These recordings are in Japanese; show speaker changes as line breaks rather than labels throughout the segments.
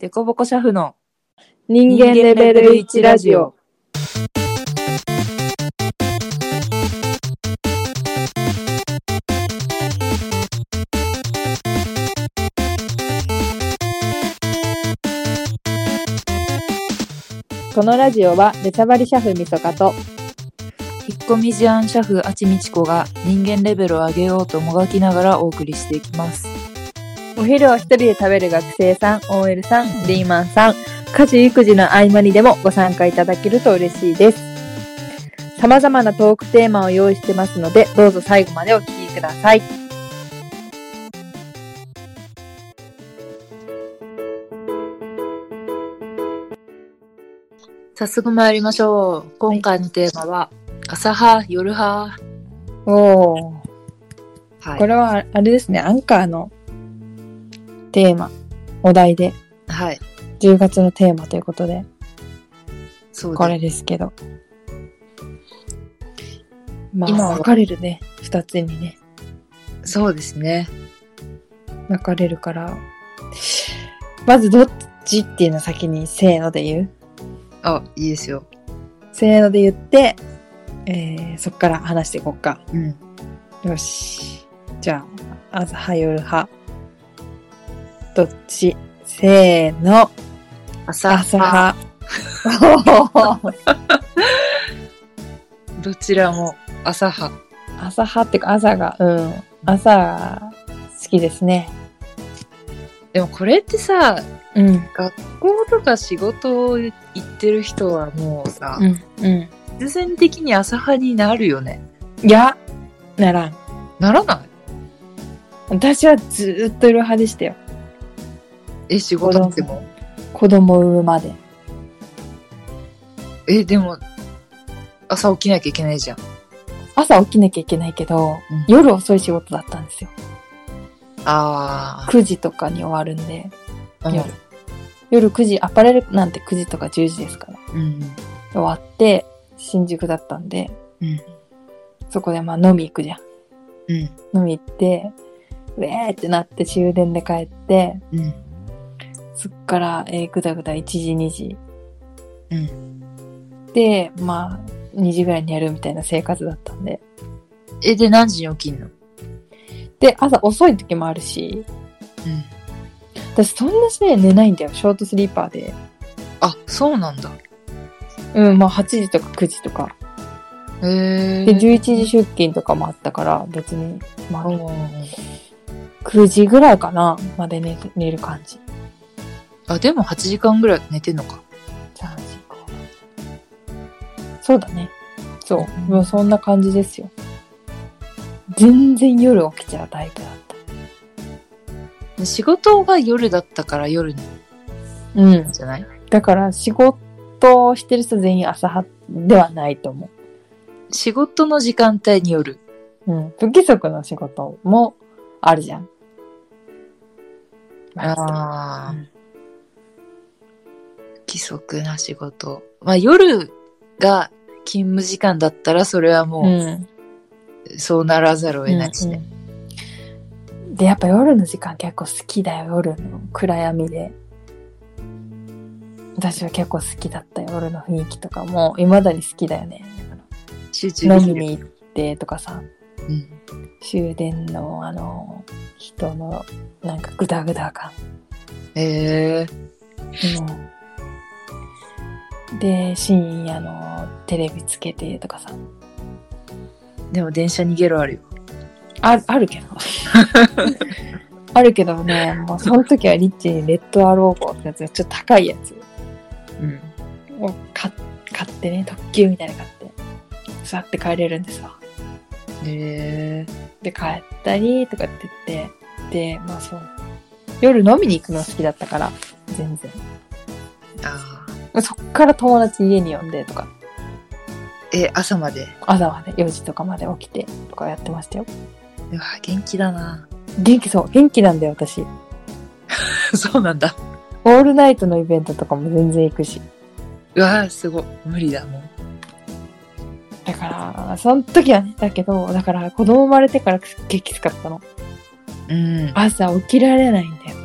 デコボコシャフの
人間レベル1ラジオ。このラジオは、出しゃばりシャフみそかと、
引っ込み思案シャフあちみちこが人間レベルを上げようともがきながらお送りしていきます。
お昼を一人で食べる学生さん、OL さん、リーマンさん、家事育児の合間にでもご参加いただけると嬉しいです。様々なトークテーマを用意してますので、どうぞ最後までお聞きください。
早速参りましょう。今回のテーマは、朝派、夜派。
おー、
は
これはあれですね、アンカーのテーマ、お題で、
い。はい。
10月のテーマということで、
そうです
これですけど。まあ、
今は
分かれるね、二つにね。
そうですね。
分かれるから。まずどっちっていうのを先にせーので言う。
あ、いいですよ。
せーので言って、えー、そっから話していこうか。
うん。
よし。じゃあ、朝派夜派。どっちせーの。
朝
朝
派。
派。おー
どちらも朝派。
朝派ってか朝が、うん。朝、好きですね。
でもこれってさ、
うん。
学校とか仕事を行ってる人はもうさ、
うん。うん。
必然的に朝派になるよね。
いや、ならん。
ならない
私はずーっと夜派でしたよ。
え、仕事でも。
子供産むまで。
え、でも、朝起きなきゃいけないじゃん。
朝起きなきゃいけないけど、
うん
夜遅い仕事だったんですよ。
あ
9時とかに終わるんで、
あ。
夜。夜9時、アパレルなんて9時とか10時ですから。
うん。
終わって、新宿だったんで、
うん
そこでまあ飲み行くじゃん。
うん。
飲み行って、ウェーってなって終電で帰って、
うん。
そっから、えー、ぐだぐだ1時、2時。
う
で、まあ、2時ぐらいにやるみたいな生活だったんで。
え、で何時に起きんの
で、朝遅い時もあるし、
うん。
私そんなしね、寝ないんだよ。ショートスリーパーで。
あ、そうなんだ。
うん、まあ8時とか9時とか。
へえ。
で、11時出勤とかもあったから、別に、まあ、
うん
9時ぐらいかな、まで寝寝る感じ。
あ、でも8時間ぐらい寝てんのか。
3時か。そうだね。そうう。
ん
もうそんな感じですよ。全然夜起きちゃうタイプだった。
で仕事が夜だったから夜なん
うん。
じゃない
だから、仕事をしてる人全員朝派ではないと思
仕事の時間帯による。
う。うん。不規則の仕事もあるじゃん。
あ
う
ー
ん
規則な仕事。まあ夜が勤務時間だったらそれはもう、
うん。
そうならざるを得ないしね。
うんうんでやっぱ夜の時間結構好きだよ夜の暗闇で私は結構好きだったよ夜の雰囲気とかもいまだに好きだよね
集中で
飲
き
み
る。
に行ってとかさ
うん
終電のあの人のなんかグダグダ感、
へえ。
うんで深夜のテレビつけてとかさ
でも電車にゲロあるよ。
ああるけどあるけどねもうその時はリッチにレッドアロー号ってやつがちょっと高いやつ
うん。
を買買ってね特急みたいなの買って座って帰れるんですわ
へえ。
で帰ったりとかって言ってでまあそう夜飲みに行くのが好きだったから全然
ああ。
まあそっから友達家に呼んでとか
え、朝まで。
朝はね4時とかまで起きてとかやってましたよ
うわ、元気だな。
元気そう元気なんだよ私 オ
そうなんだ。
ールナイトのイベントとかも全然行くし
うわ、すごい。無理だ、もう。
だからその時はねだけどだから子供生まれてからすっげえきつかったの
うん。
朝起きられないんだよ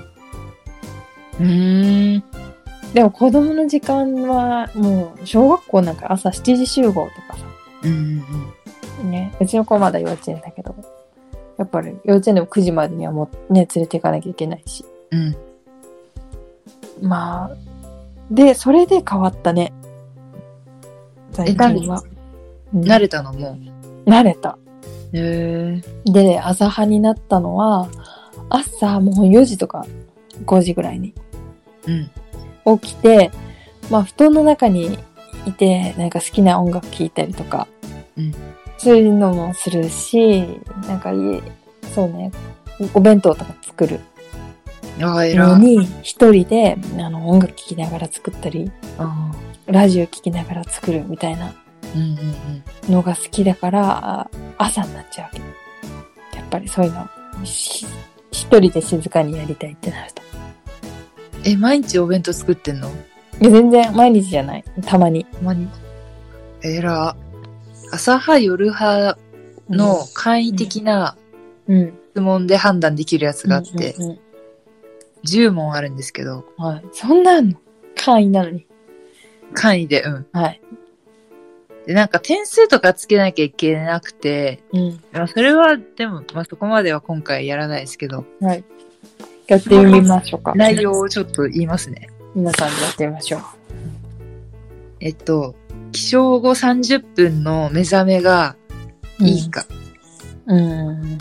うーん。
でも子供の時間はもう小学校なんか朝7時集合とかさ、
うんうん
ね、うちの子まだ幼稚園だけど、やっぱり幼稚園でも9時までにはもうね、連れて行かなきゃいけないし。
うん。うん。
まあ、で、それで変わったね。最近は。うん
慣れたのも。
慣れた。
へえ。
で、朝派になったのは、朝もう4時とか5時ぐらいに
うん。
起きて、まあ布団の中にいて、なんか好きな音楽聴いたりとか、
うん
そういうのもするし、なんか家、そうね、お弁当とか作る
ああ、偉
の
い。
に、一人であの音楽聴きながら作ったり、
あ
ラジオ聴きながら作るみたいな
あ。うんうんうん。
のが好きだから、あ朝になっちゃうわけ。やっぱりそういうの、し一人で静かにやりたいってなると。
え、毎日お弁当作ってんの
いや全然毎日じゃない。たまに。
たまに。偉い。朝派、夜派の簡易的な
うん、
質問で判断できるやつがあって
う、んうんうん
10問あるんですけど、
はい。そんなんの簡易なのに。
簡易で、うん。
はい。
で、なんか点数とかつけなきゃいけなくて、
うん。
まあ、それは、でも、まあ、そこまでは今回やらないですけど、
はい。やってみましょうか。
内容をちょっと言いますね。
皆さんでやってみましょう。
えっと、起床後30分の目覚めがいいか。
うん。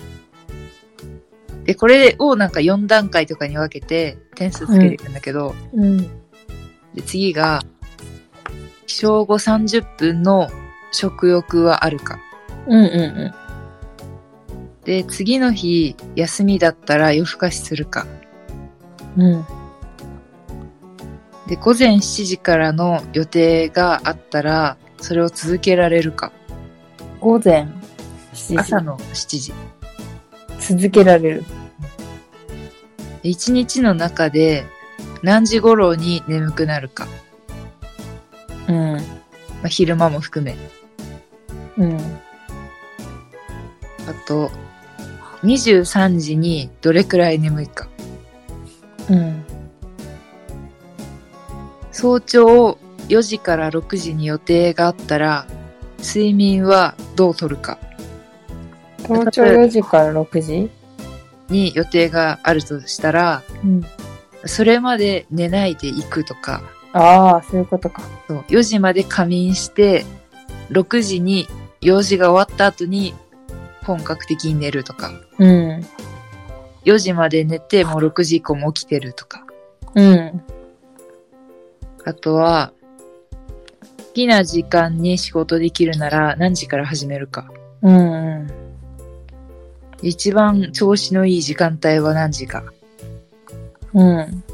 で、これをなんか4段階とかに分けて点数つけていくんだけど、
うん。
で次が、起床後30分の食欲はあるか。
うんう
で、次の日、休みだったら夜更かしするか。
んうん。うん。
で、午前7時からの予定があったら、それを続けられるか。
午前
朝
7
の7時。
時。続けられる。
一日の中で何時頃に眠くなるか。
うん。
まあ、昼間も含め。
うん。
あと、23時にどれくらい眠いか。
うん。
早朝4時から6時に予定があったら、睡眠はどうとるか
早朝4時から6時
に予定があるとしたら、
うん。
それまで寝ないで行くとか、
ああ、そういうことか。
そう4時まで仮眠して、6時に用事が終わった後に本格的に寝るとか、
うん。
4時まで寝てもう6時以降も起きてるとか、
うん。
あとは、好きな時間に仕事できるなら何時から始めるか。
うん。うん
一番調子のいい時間帯は何時か。
うん。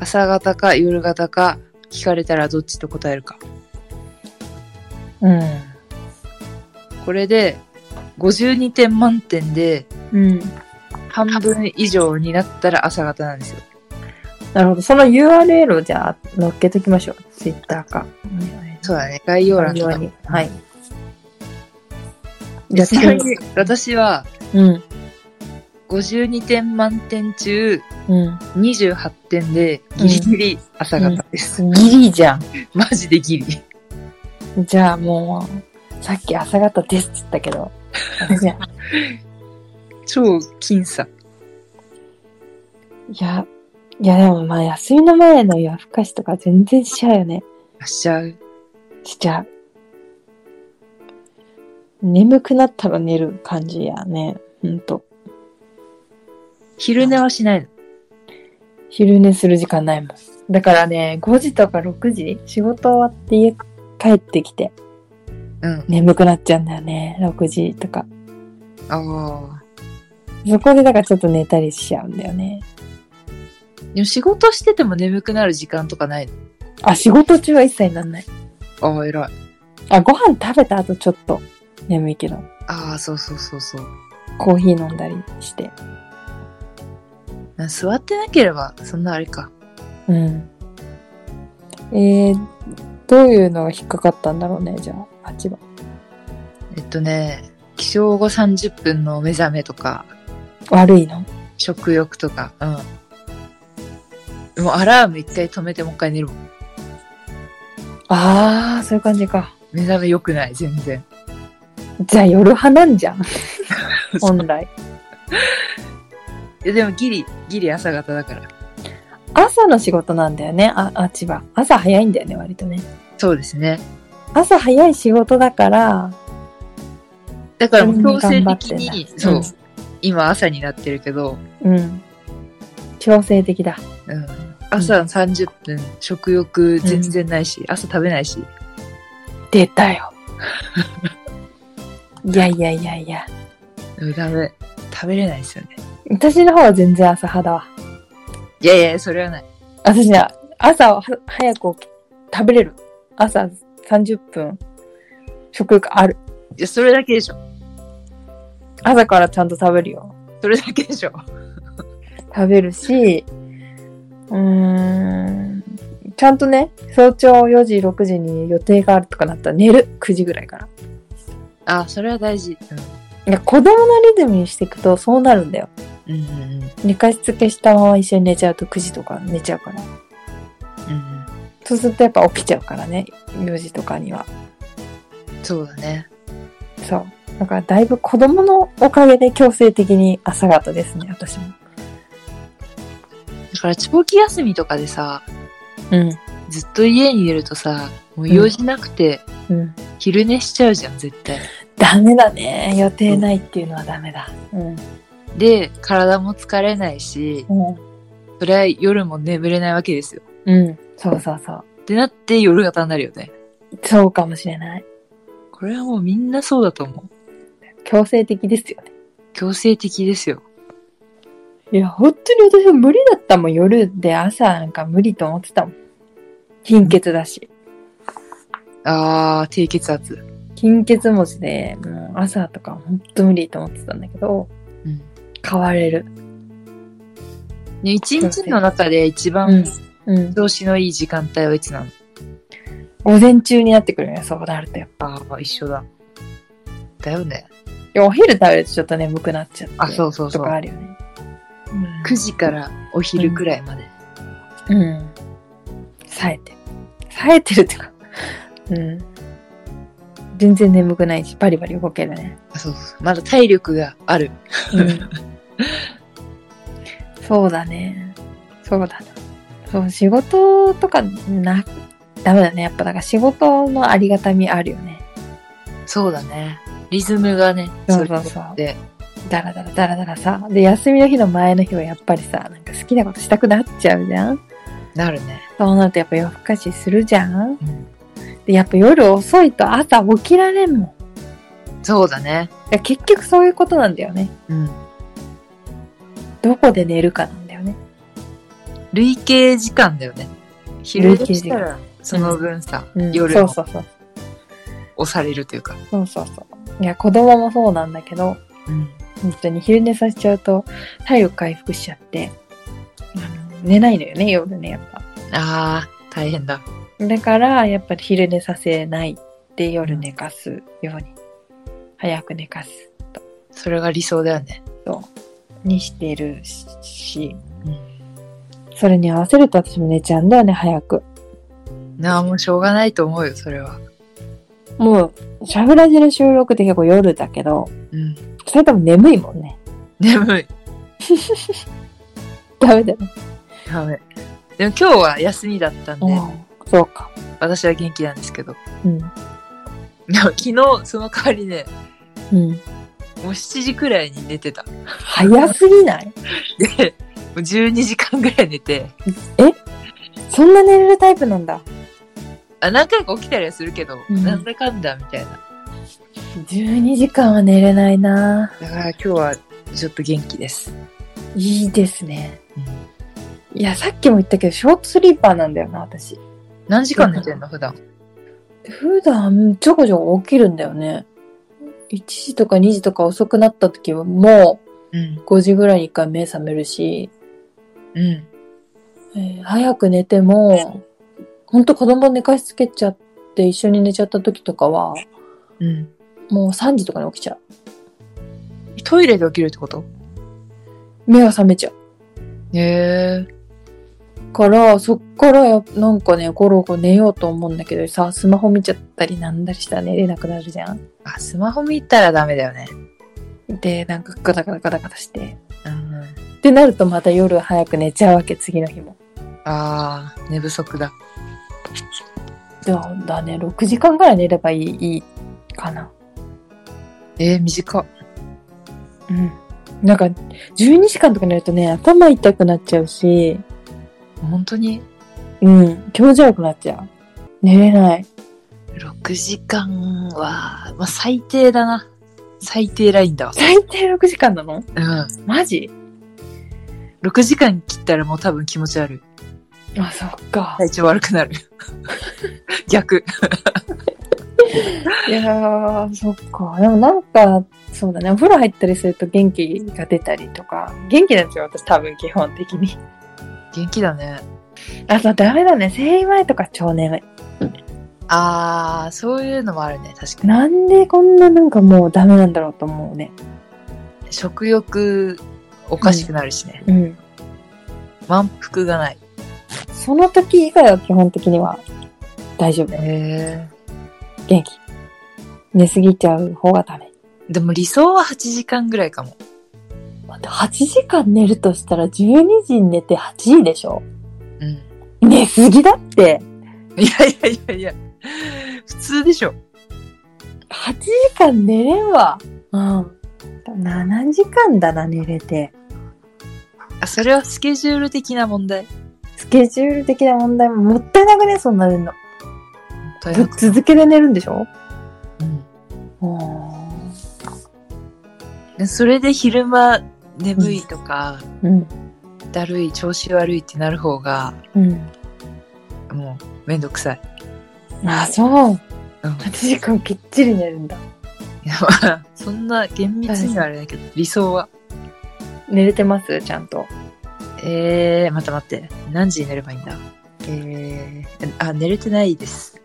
朝方か夜方か聞かれたらどっちと答えるか。
うん。
これで52点満点で
うん。
半分以上になったら朝方なんですよ。
なるほど。その URL をじゃあ、載っけときましょう。ツイッターか。
そうだね。概要欄とか。
に。はい。
でちなみ
次
に私は
うん。
52点満点中
うん。
28点でギリギリ朝方です。
ギリじゃ
マジでギリ。
ん。じゃあもう、さっき朝方ですって言った けど。じゃあ
超僅差。
いや、いやでもまあ、休みの前の夜更かしとか全然しちゃうよね。
しちゃう。
しちゃう。眠くなったら寝る感じやね。ほんと。
昼寝はしないの。
昼寝する時間ないもん。だからね、5時とか6時、仕事終わって家帰ってきて、
うん。
眠くなっちゃうんだよね。6時とか。
ああ。
そこでだからちょっと寝たりしちゃうんだよね。
でも仕事してても眠くなる時間とかないの。
あ、仕事中は一切なんない。
ああ、偉い。
あ、ご飯食べた後ちょっと眠いけど、
ああ、そうそうそうそう。
コーヒー飲んだりして。
座ってなければ、そんなあれか。
うん。えー、どういうのが引っかかったんだろうね、じゃあ、8番。
えっとね、起床後30分の目覚めとか、
悪いの
食欲とか、うん。もうアラーム一回止めてもう一回寝るもん。
ああ、そういう感じか。
目覚め良くない、全然。
じゃあ夜派なんじゃん。本来。
えでもギリ、ギリ朝方だから。
朝の仕事なんだよね。あ、あっちは。朝早いんだよね、割とね。
そうですね。
朝早い仕事だから、
だからもう強制的に、
そ
そ
ん
う、
なに頑張ってんだ
今朝になってるけど、
うん。強制的だ。
うん、朝30分、食欲全然ないし、朝食べないし。
出た よ。いやいやいやいや。
うんダメ。食べれないですよね。
私の方は全然朝派だわ。
いやいや、それはない。
私は朝は早く起き、食べれる。朝30分、食欲ある。
いや、それだけでしょ。
朝からちゃんと食べるよ。
それだけでしょ。
食べるし、うーん、ちゃんとね、早朝4時、6時に予定があるとかなったら寝る。9時ぐらいから。
あ、それは大事。
いや、子供のリズムにしていくとそうなるんだよ。
うん。うんうんうん。
寝かしつけしたまま一緒に寝ちゃうと9時とか寝ちゃうから。
うん
そうするとやっぱ起きちゃうからね。4時とかには。
うん。そうだね。
そう。だからだいぶ子供のおかげで強制的に朝方ですね、私も。
だから、長期休みとかでさ、
うん。
ずっと家にいるとさ、もうん用事なくて、
うん。
昼寝しちゃうじゃん、絶対。
ダメだね。予定ないっていうのはダメだ。うん。
で、体も疲れないし、
う
それは夜も眠れないわけですよ。
ん。うん。そうそうそう。
ってなって、夜型になるよね。
そうかもしれない。
これはもうみんなそうだと思う。
強制的ですよね。
強制的ですよ。
いや、本当に私は無理だったもん。夜で朝なんか無理と思ってたもん。貧血だし。
あー、低血圧。
貧血持ちで、もう朝とか本当無理と思ってたんだけど、
うん。
変われる。
ね、一日の中で一
うん
番
うん。
調子のいい時間帯はいつなの、
午前中になってくるよね、そうなるとやっぱ。
ああ、一緒だ。だよね。
いやお昼食べるとちょっと眠くなっちゃって。
あ、そうそうそ
とか
う。
あるよね。
9時からお昼くらいまで。
うん。冴えてる。冴えてるってか。うん。全然眠くないし、バリバリ動けるね。
あそうそう。まだ体力がある。
うん。そうだね。そうだな。そう、仕事とかな、ダメだね。やっぱだから仕事のありがたみあるよね。
そうだね。リズムがね、
そうそうそう
れで。
だらだらだらだらさ。で、休みの日の前の日はやっぱりさ、なんか好きなことしたくなっちゃうじゃん
なるね。
そうなるとやっぱ夜更かしするじゃ
う
ん
ん
で、やっぱ夜遅いと朝起きられんもん。
そうだね。
いや結局そういうことなんだよね。
うん。
どこで寝るかなんだよね。
累計時間だよね。昼寝したら、その分さ、
うん、
夜
そう
も
そうそう。
押されるというか。
そうそうそう。いや、子供もそうなんだけど、
うん。
本当に昼寝させちゃうと体力回復しちゃって、あの寝ないのよね、夜ね、やっぱ。
ああ、大変だ。
だから、やっぱり昼寝させないで夜寝かすように、早く寝かす
それが理想だよね。
にしてるし、
うん。
それに合わせると私も寝ちゃうんだよね、早く。
なあ、もうしょうがないと思うよ、それは。
もう、シャフラジの収録って結構夜だけど、
うん。
それとも眠いもんね。
眠い。
ダメだよね。
ダメ。でも今日は休みだったんで、
うん、そうか。
私は元気なんですけど。
うん。
でも昨日、その代わりね、
う
も
ん。
う7時くらいに寝てた。
早すぎない
で、もう12時間ぐらい寝て、
そんな寝れるタイプなんだ。
あ、何回か起きたりはするけど、
うん
なんだかんだみたいな。
12時間は寝れないな
だから今日はちょっと元気です。
いいですね
うん。
いや、さっきも言ったけど、ショートスリーパーなんだよな、私。
何時間寝てんの普段。
普段、ちょこちょこ起きるんだよね。1時とか2時とか遅くなった時は、も
うん。
う5時ぐらいに一回目覚めるし、
うん。
えー早く寝ても、ほんと子供寝かしつけちゃって一緒に寝ちゃった時とかは、
うん。
もう3時とかに起きちゃ
トイレで起きるってこと
う。目が覚めちゃう
へえ。
から、そっからや、なんかね、ゴロゴロ寝ようと思うんだけどさ、スマホ見ちゃったりなんだりしたら寝れなくなるじゃん。
あ、スマホ見たらダメだよね。
で、なんかガタガタガタガタして。
うん。
ってなるとまた夜早く寝ちゃうわけ、次の日も。
ああ、寝不足だ。
でもだね、6時間ぐらい寝ればいい、いいかな。
えー、短っ。
うん。なんか、12時間とか寝るとね、頭痛くなっちゃうし、
本当に
うん、気持ち悪くなっちゃう。寝れない。
?6 時間は、まあ、最低だな。最低ラインだわ。
最低6時間なの
う
マジ
ん。6時間切ったらもう多分気持ち悪い。
あ、そっか。
体調悪く なる。逆。
いやー、そっか。でもなんか、そうだね。お風呂入ったりすると元気が出たりとか。元気なんですよ、私多分基本的に。
元気だね。
あとダメだね。生理前とか超眠い。
ああ、そういうのもあるね。確かに。
なんでこんななんかもうダメなんだろうと思うね。
食欲、おかしくなるしね。
うん。
満腹がない。
その時以外は基本的には大丈夫。
へ
元気。寝すぎちゃう方がダメ。
え。でも理想は8時間ぐらいかも。
待って、8時間寝るとしたら12時に寝て8時でしょ
うん。 い
寝すぎだって。
やいやいやいや。普通でしょ。
8時間寝れんわ。うん。7時間だな、寝れて。
あ、それはスケジュール的な問題。
スケジュール的な問題ももったいなくね、そんな寝るの。
大
ぶ
変
っ続けで寝るんでしょ
うん
うん。
でそれで昼間眠いとか、
うん。
だるい、調子悪いってなる方が、
うん。
もう、めんどくさい。
あ、そう。
うん
8時間きっちり寝るんだ。
いやまあそんな厳密にはあれだけど、理想は。
寝れてますちゃんと。
えー、待って待って。何時に寝ればいいんだえー、あ、寝れてないです。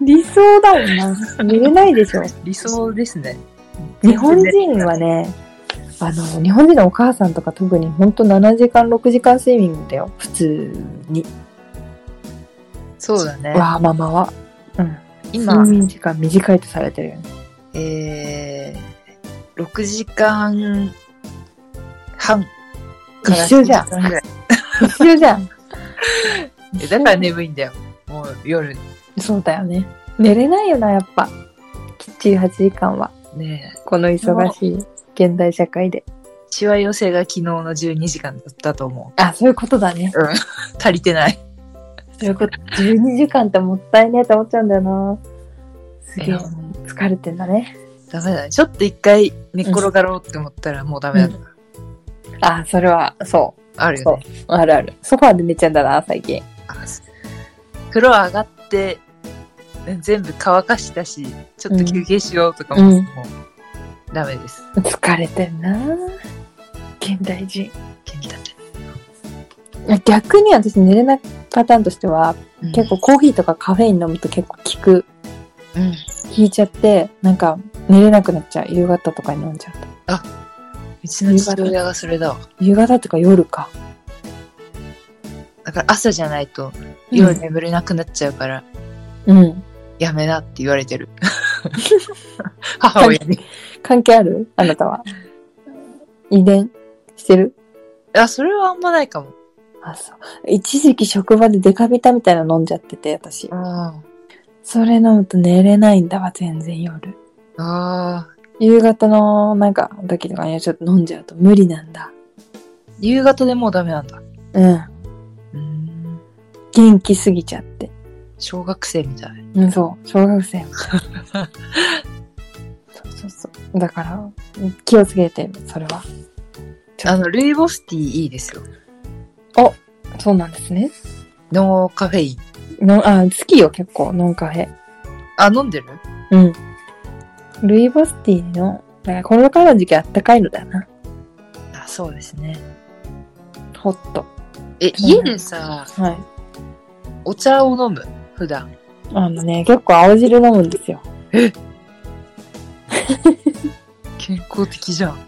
理想だもんな。寝れない でしょ。
理想ですね。
日本人はね、あの、日本人のお母さんとか特にほんと7時間、6時間睡眠だよ。普通に。
そうだね。
わーママは。うん。
今、
睡眠時間短いとされてるよね。
えー、6時間半から
一緒じゃ
7
ん
時間ぐらい
一緒じ ゃん。
えだから眠いんだよ。もう夜
そうだよね。寝れないよな、やっぱ。きっちり8時間は。
ね。
この忙しい現代社会で。
しわ寄せが昨日の12時間だったと思
あ、そういうことだね。
う。足りてない。
そういうこと。12時間ってもったいねえって思っちゃうんだよな。すげえ
いや。もう
疲れてんだね。
ダメだね。ちょっと一回寝っ転がろうって思ったらもうダメだ、った
あ、それは、そ
あるよね。
う。あるある。ソファーで寝ちゃうんだな、最近。
あそう風呂上がって、ね全部乾かしたし、ちょっと休憩しようとかも、
うん
もうダメです。
疲れてんな。現代人。
ケンタち
逆に私寝れないパターンとしては、
ゃん
結構、コーヒーとかカフェイン飲むと結構効く。
うん。め
効いちゃって、なんか寝れなくなっちゃう。夕方とかに飲んじゃうと。
うちの父親がそれだわ。
夕方とか夜か。
だから朝じゃないと夜眠れなくなっちゃうから、
うん。
やめなって言われ てる。母親に。
関係あるあなたは。遺伝してる
あ、それはあんまないかも。
あ、そう。一時期職場でデカビタみたいなの飲んじゃってて、私。
あ
それ飲むと寝れないんだわ、全然夜。
あー。
夕方のなんか時とかにちょっと飲んじゃうと無理なんだ。
夕方でもうダメなんだ。
うん。
うん。
元気すぎちゃって。
小学生みたい。
うん、そう。小学生みたいそうそうそう。だから、気をつけて、それは。
あの、ルイボスティーいいですよ。
そうなんですね。
ノーカフェイン。
のあ、好きよ、結構、ノンカフェ。
あ、飲んでる
うん。ルイボスティーの、だからこれからの時期あったかいのだな。
あ、そうですね。
ホット。
え、
うん
家でさ、
はい。
お茶を飲む普段。
あのね、結構青汁飲むんですよ。
健康的じゃん。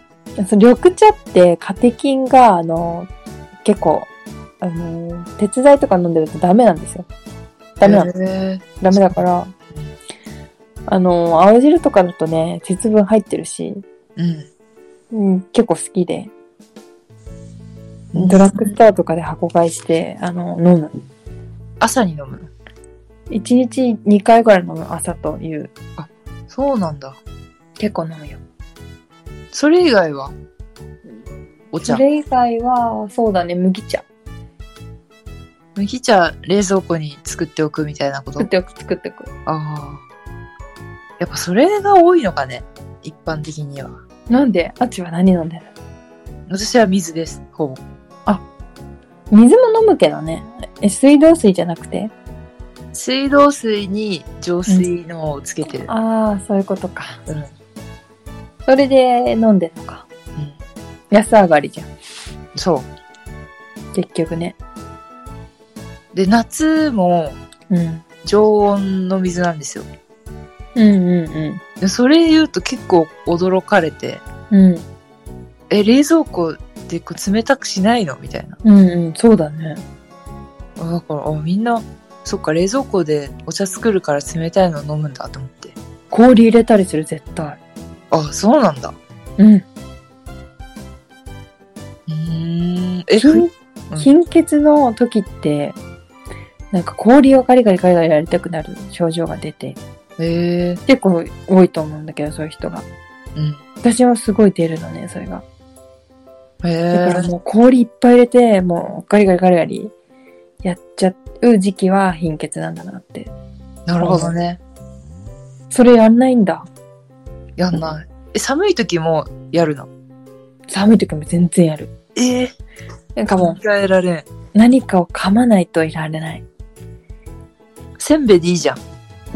その緑茶ってカテキンが、あの、結構、あのー鉄剤とか飲んでるとダメなんですよ。ダメなの。
へ
ダメだから、あのー青汁とかだとね、鉄分入ってるし、
ー
うん、結構好きで、
うん。
ドラッグストアとかで箱買いして、あのー飲む。
朝に飲むの。
1日2回ぐらい飲む、朝という。
そうなんだ。
結構飲むよ。
それ以外はお
そ
茶。
れ以外は、そうだね、麦茶。
麦茶冷蔵庫に作っておくみたいなこと
作っておく、作っておく。
ああ。やっぱそれが多いのかね。一般的には。
なんであっちは何飲んでる
私は水です。ほぼ。
水も飲むけどね。え、水道水じゃなくて
水道水に浄水のをつけてる。
ああ、そういうことか。
うん。うん。
それで飲んでるのか。安上がりじゃん。
そ
結局ね。
う。で、夏も
うん。
常温の水なんですよ。
うんう
でそれ言うと結構驚かれて、
んうん。うん。
え、冷蔵庫ってこう冷たくしないのみたいな。
うんうん。そうだね。
あだから、あみんな、そっか、冷蔵庫でお茶作るから冷たいの飲むんだと思って。
氷入れたりする、絶対。
あ、そうなんだ。
うん。
うーん。え、
貧
うん
貧血の時って、なんか氷をガリガリガリガリやりたくなる症状が出て、
えー、
結構多いと思うんだけど、そういう人が。
うん。
私もすごい出るのね、それが。だ
え
から
ー、
もう氷いっぱい入れて、もうガリガリガリガリやっちゃう時期は貧血なんだなって。
なるほどね。
それやんないんだ。
やんない。え、寒い時もやるの。
寒い時も全然やる。
ええ
なんかも
考えられん。
う何かを噛まないといられない。
せんべいでいいじゃん。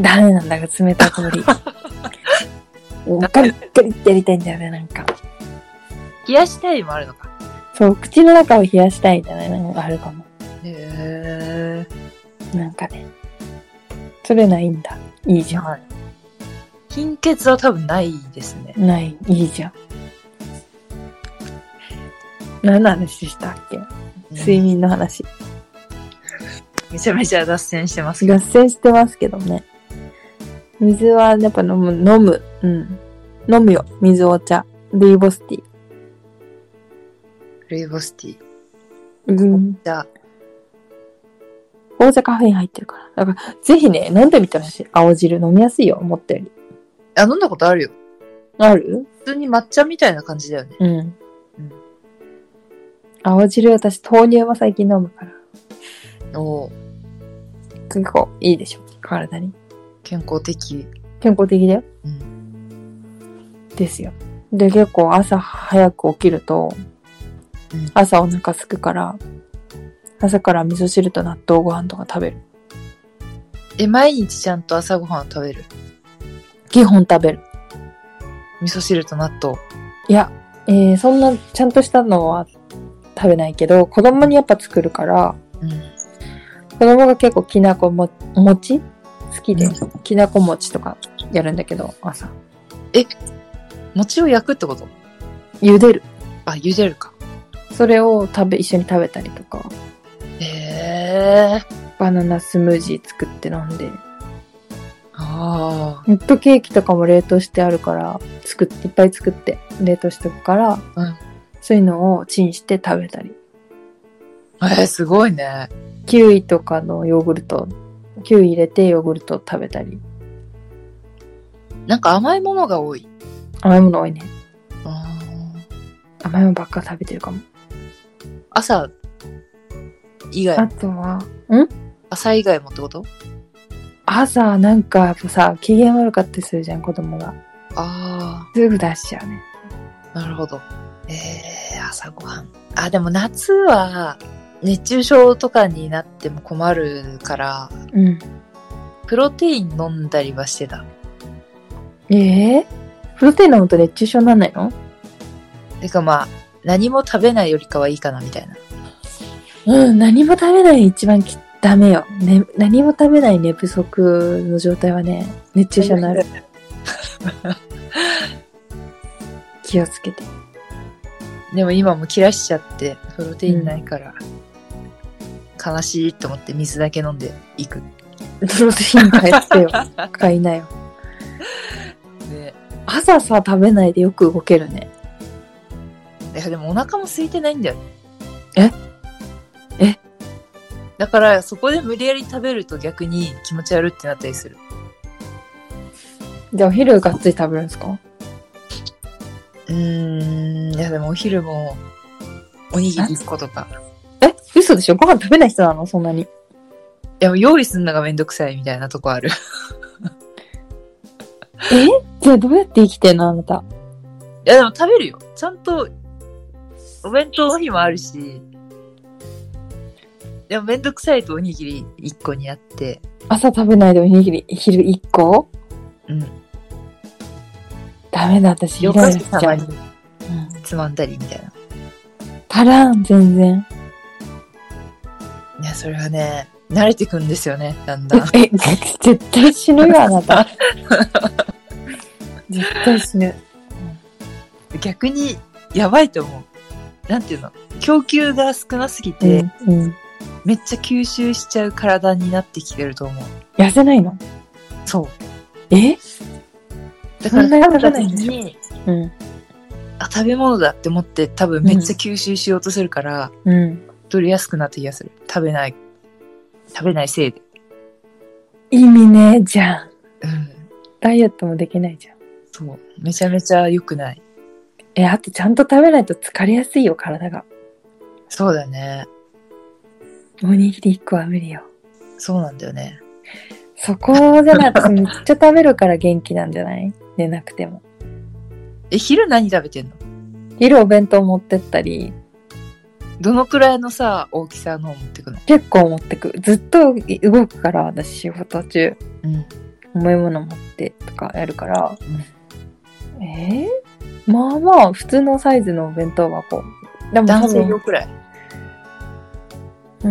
ダメなんだが冷た い氷。もうガリッガリってやりたいんだよね、なんか。
冷やしたいもあるのか。
そう、口の中を冷やしたいみたいなのがあるかも。
へえ
なんかね。それないんだ。いいじゃん。
はい。貧血は多分ないですね。
ない、いいじゃん。何の話したっけ睡眠の話。
めちゃめちゃ脱線してますけ
合
ど。
戦してますけどね。水はやっぱ飲む、飲む。うん。飲むよ。水お茶。ルイボスティー。
ルイボスティー。
うん。
じゃあ、
お茶カフェイン入ってるから。だから、ぜひね、飲んでみてほしい。青汁飲みやすいよ、思ったより。
あ飲んだことあるよ。
ある
普通に抹茶みたいな感じだよね。
うん。青汁、私、豆乳も最近飲むから。
おー
結構いいでしょ。体に。
健康的。
健康的だよ。
うん。
ですよ。で、結構朝早く起きると
うん、
朝お腹すくから、朝から味噌汁と納豆ご飯とか食べる。
え、毎日ちゃんと朝ごはん食べる。
基本食べる。
味噌汁と納豆。
いや、えーそんなちゃんとしたのは食べないけど、子供にやっぱ作るから、
うん。
子供が結構きなこも、餅好きで
う、
きなこ餅とかやるんだけど、朝。
餅を焼くってこと
茹でる。
あ、茹でるか。
それを食べ、一緒に食べたりとか、
へえー。
バナナスムージー作って飲んで、
あ
ホットケーキとかも冷凍してあるから、作って、いっぱい作って、冷凍しておくから、
うん
そういうのをチンして食べたり。
あ。えー、すごいね。
キウイとかのヨーグルト、キウイ入れてヨーグルト食べたり。
なんか甘いものが多い。
甘いもの多いね。
あー
甘いものばっか食べてるかも。
朝以
あ
外、
とは、ん
朝以外もってこと
朝なんかやっぱさ、機嫌悪かったりするじゃん、子供が。
あ
すぐ出しちゃうね。
あ、なるほど。えー、朝ごはん。あ、でも夏は熱中症とかになっても困るから、
うん。
プロテイン飲んだりはしてた。
ええプロテイン飲むと熱中症になんないの
てかまあ、何も食べないよりかはいいかなみたいな。
うん、何も食べない一番きダメよ、ね。何も食べない寝不足の状態はね、熱中症に なる。気をつけて。
でも今も切らしちゃって、プロテインないから、悲しいと思って水だけ飲んでいく。
プロテイン買 えってよ。買いなよ。
で、
朝さ、食べないでよく動けるね。
いやでもお腹も空いてないんだよね。
ええ
だからそこで無理やり食べると逆に気持ち悪ってなったりする。
じゃあお昼がっつり食べるんですか
うーん、いやでもお昼も、おにぎり1個とか。
え嘘でしょご飯食べない人なのそんなに。
いや、用意するのがめんどくさいみたいなとこある。
えじゃあどうやって生きてんのあなた。
いや、でも食べるよ。ちゃんと、お弁当の日もあるし、でもめんどくさいとおにぎり1個になって、
朝食べないでおにぎり、昼1個
うん。
ダメだ、私、イ
よ
ラ
か
イラしちゃ
様
う。
につまんだりみたいな。
足らん、全然。
いや、それはね、慣れてくんですよね、だんだん。
え、絶対死ぬよ、あな た。絶対死ぬ。
逆に、やばいと思う。なんていうの供給が少なすぎ
う
て、
んうん。
めっちゃ吸収しちゃう体になってきてると思う。
痩せないの
そう。
え
だから
そんなに食べ
食べ
ないんでしょ
に
うん。
あ食べ物だって思って多分めっちゃ吸収しようとするから、
うん。
取りやすくなった気がする食べない食べないせいで
意味ねえじゃん。
うん
ダイエットもできないじゃん。
そうめちゃめちゃ良くない
え、あとちゃんと食べないと疲れやすいよ、体が。
そうだね
おにぎり1個は無理よ。
そうなんだよね
そこじゃなくて、めっちゃ食べるから元気なんじゃない寝なくても。
え昼何食べてんの
昼お弁当持ってったり、
どのくらいのさ大きさのを持ってくの
結構持ってく。ずっと動くから、私仕事中、
うん
重いもの持ってとかやるから。えーまあまあ、普通のサイズのお弁当箱。でも多
男性用
分、
くらいう
ー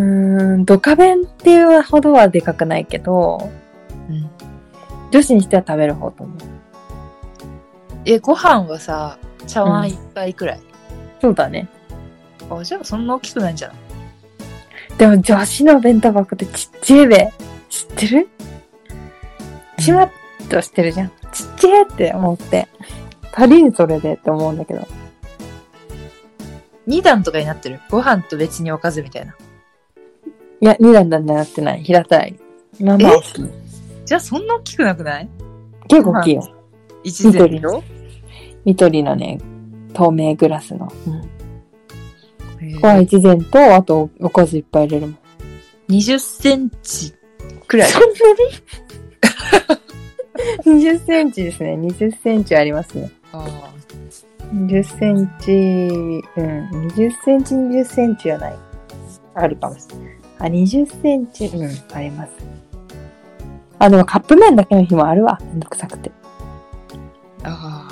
ん、ドカ弁っていうほどはでかくないけど、
うん
女子にしては食べる方と思う。
えご飯はさ茶碗一杯くらい、
そうだね。
あじゃあそんな大きくないんじゃない
でも女子の弁当箱ってちっちゃいべ。知ってるちまっとしてるじゃん。ちっちゃいって思って。足りんそれでって思うんだけど。
2段とかになってるご飯と別におかずみたいない
や、二段だんだなってない。平たい。まあまあ
え
大きい。
じゃあそんな大きくなくない
結構大きいよ。
一膳
緑緑のね、透明グラスの。ここは一膳と、あとおかずいっぱい入れるもん。
20センチくらい。
そんなに ?20 センチですね。20センチありますね。
あ
20センチ、うん、20センチ、20センチはない。あるかもしれない。あ、20センチ、うん、あります。あ、でもカップ麺だけの日もあるわ。めんどくさくて。
あ。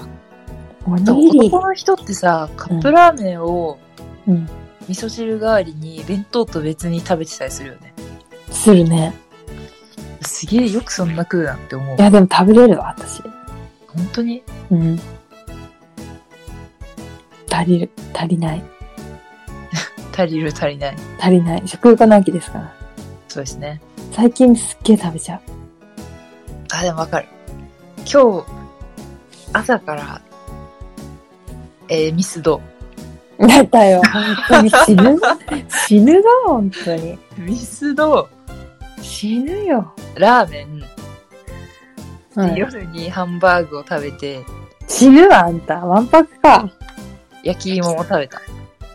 おにぎり。
男の人ってさ、カップラーメンを
うん。
味噌汁代わりに弁当と別に食べてたりするよね。
するね。
すげえよくそんな食うなって思う
い。や、でも食べれるわ、私。
本当に
うん。足りる。足りない。
足りる足りない。
足りない。食欲の秋ですから。
そうですね。
最近すっげえ食べちゃう。
あ、でもわかる。今日、朝から、えーミスド。
だったよ。本当に死ぬ死ぬぞ、本当に。
ミスド、
死ぬよ。
ラーメン、
はい
で夜にハンバーグを食べて、
死ぬわ、あんた。わんぱくか。
焼き芋も食べた。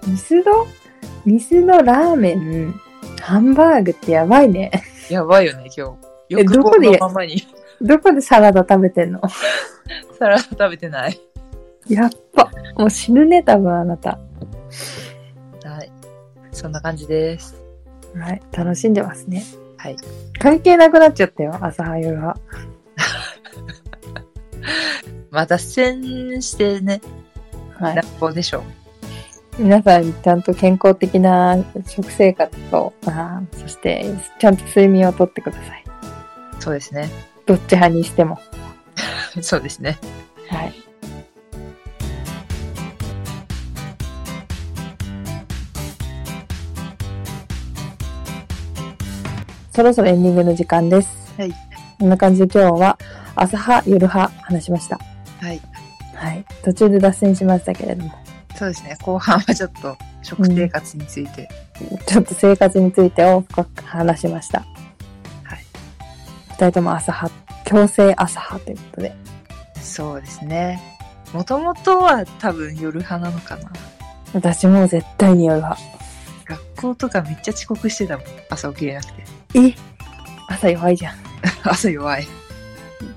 ミスドミスドラーメン、ハンバーグってやばいね。
やばいよね、今日。
え
欲
どこ
望
で
のままに
どこでサラダ食べてんの
サラダ食べてない。
やっぱ。もう死ぬね、多分あなた。
はい。そんな感じです。
はい。楽しんでますね。
はい。
関係なくなっちゃったよ、朝は夜は。
まあ、脱線してね、
は
乱
い。
暴でしょう。
皆さん、ちゃんと健康的な食生活と、あーそして、ちゃんと睡眠をとってください。
そうですね。
どっち派にしても。
そうですね。
はい。そろそろエンディングの時間です。
はい。
こんな感じで今日は朝派、夜派話しました。
はい。
はい。途中で脱線しましたけれども、
そうですね。後半はちょっと食生活について。
ちょっと生活についてを深く話しました。
はい。
二人とも朝派、強制朝派ということで。
そうですね。もともとは多分夜派なのかな。
私も絶対に夜派。
学校とかめっちゃ遅刻してたもん。朝起きれなくて。
え朝弱いじゃん。
朝弱い。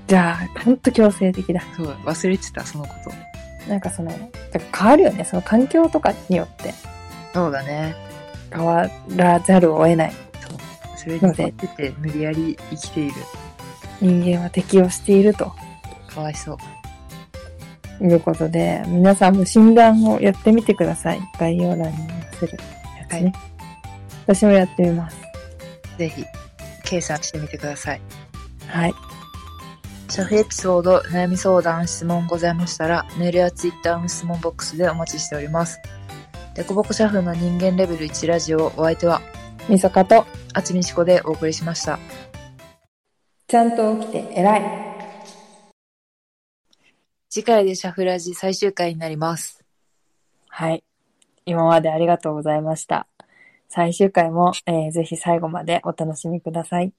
じゃあ、ほんと強制的だ。
そう、忘れてた、そのこと。
なんかその、だから変わるよね。その環境とかによって
そうだね。
変わらざるを得ない。
それにやってて、無理やり生きている。
人間は適応していると
かわいそう。
いうことで、皆さんも診断をやってみてください。概要欄に載せるやつね。
はい
私もやってみます。
ぜひ、計算してみてください。
はい。
シャフエピソード、悩み相談、質問ございましたら、メールやツイッターの質問ボックスでお待ちしております。デコボコシャフの人間レベル1ラジオ、お相手は、
みそかと、
あつみちこでお送りしました。
ちゃんと起きて偉い。
次回でシャフラジ最終回になります。
はい。今までありがとうございました。最終回も、えーぜひ最後までお楽しみください。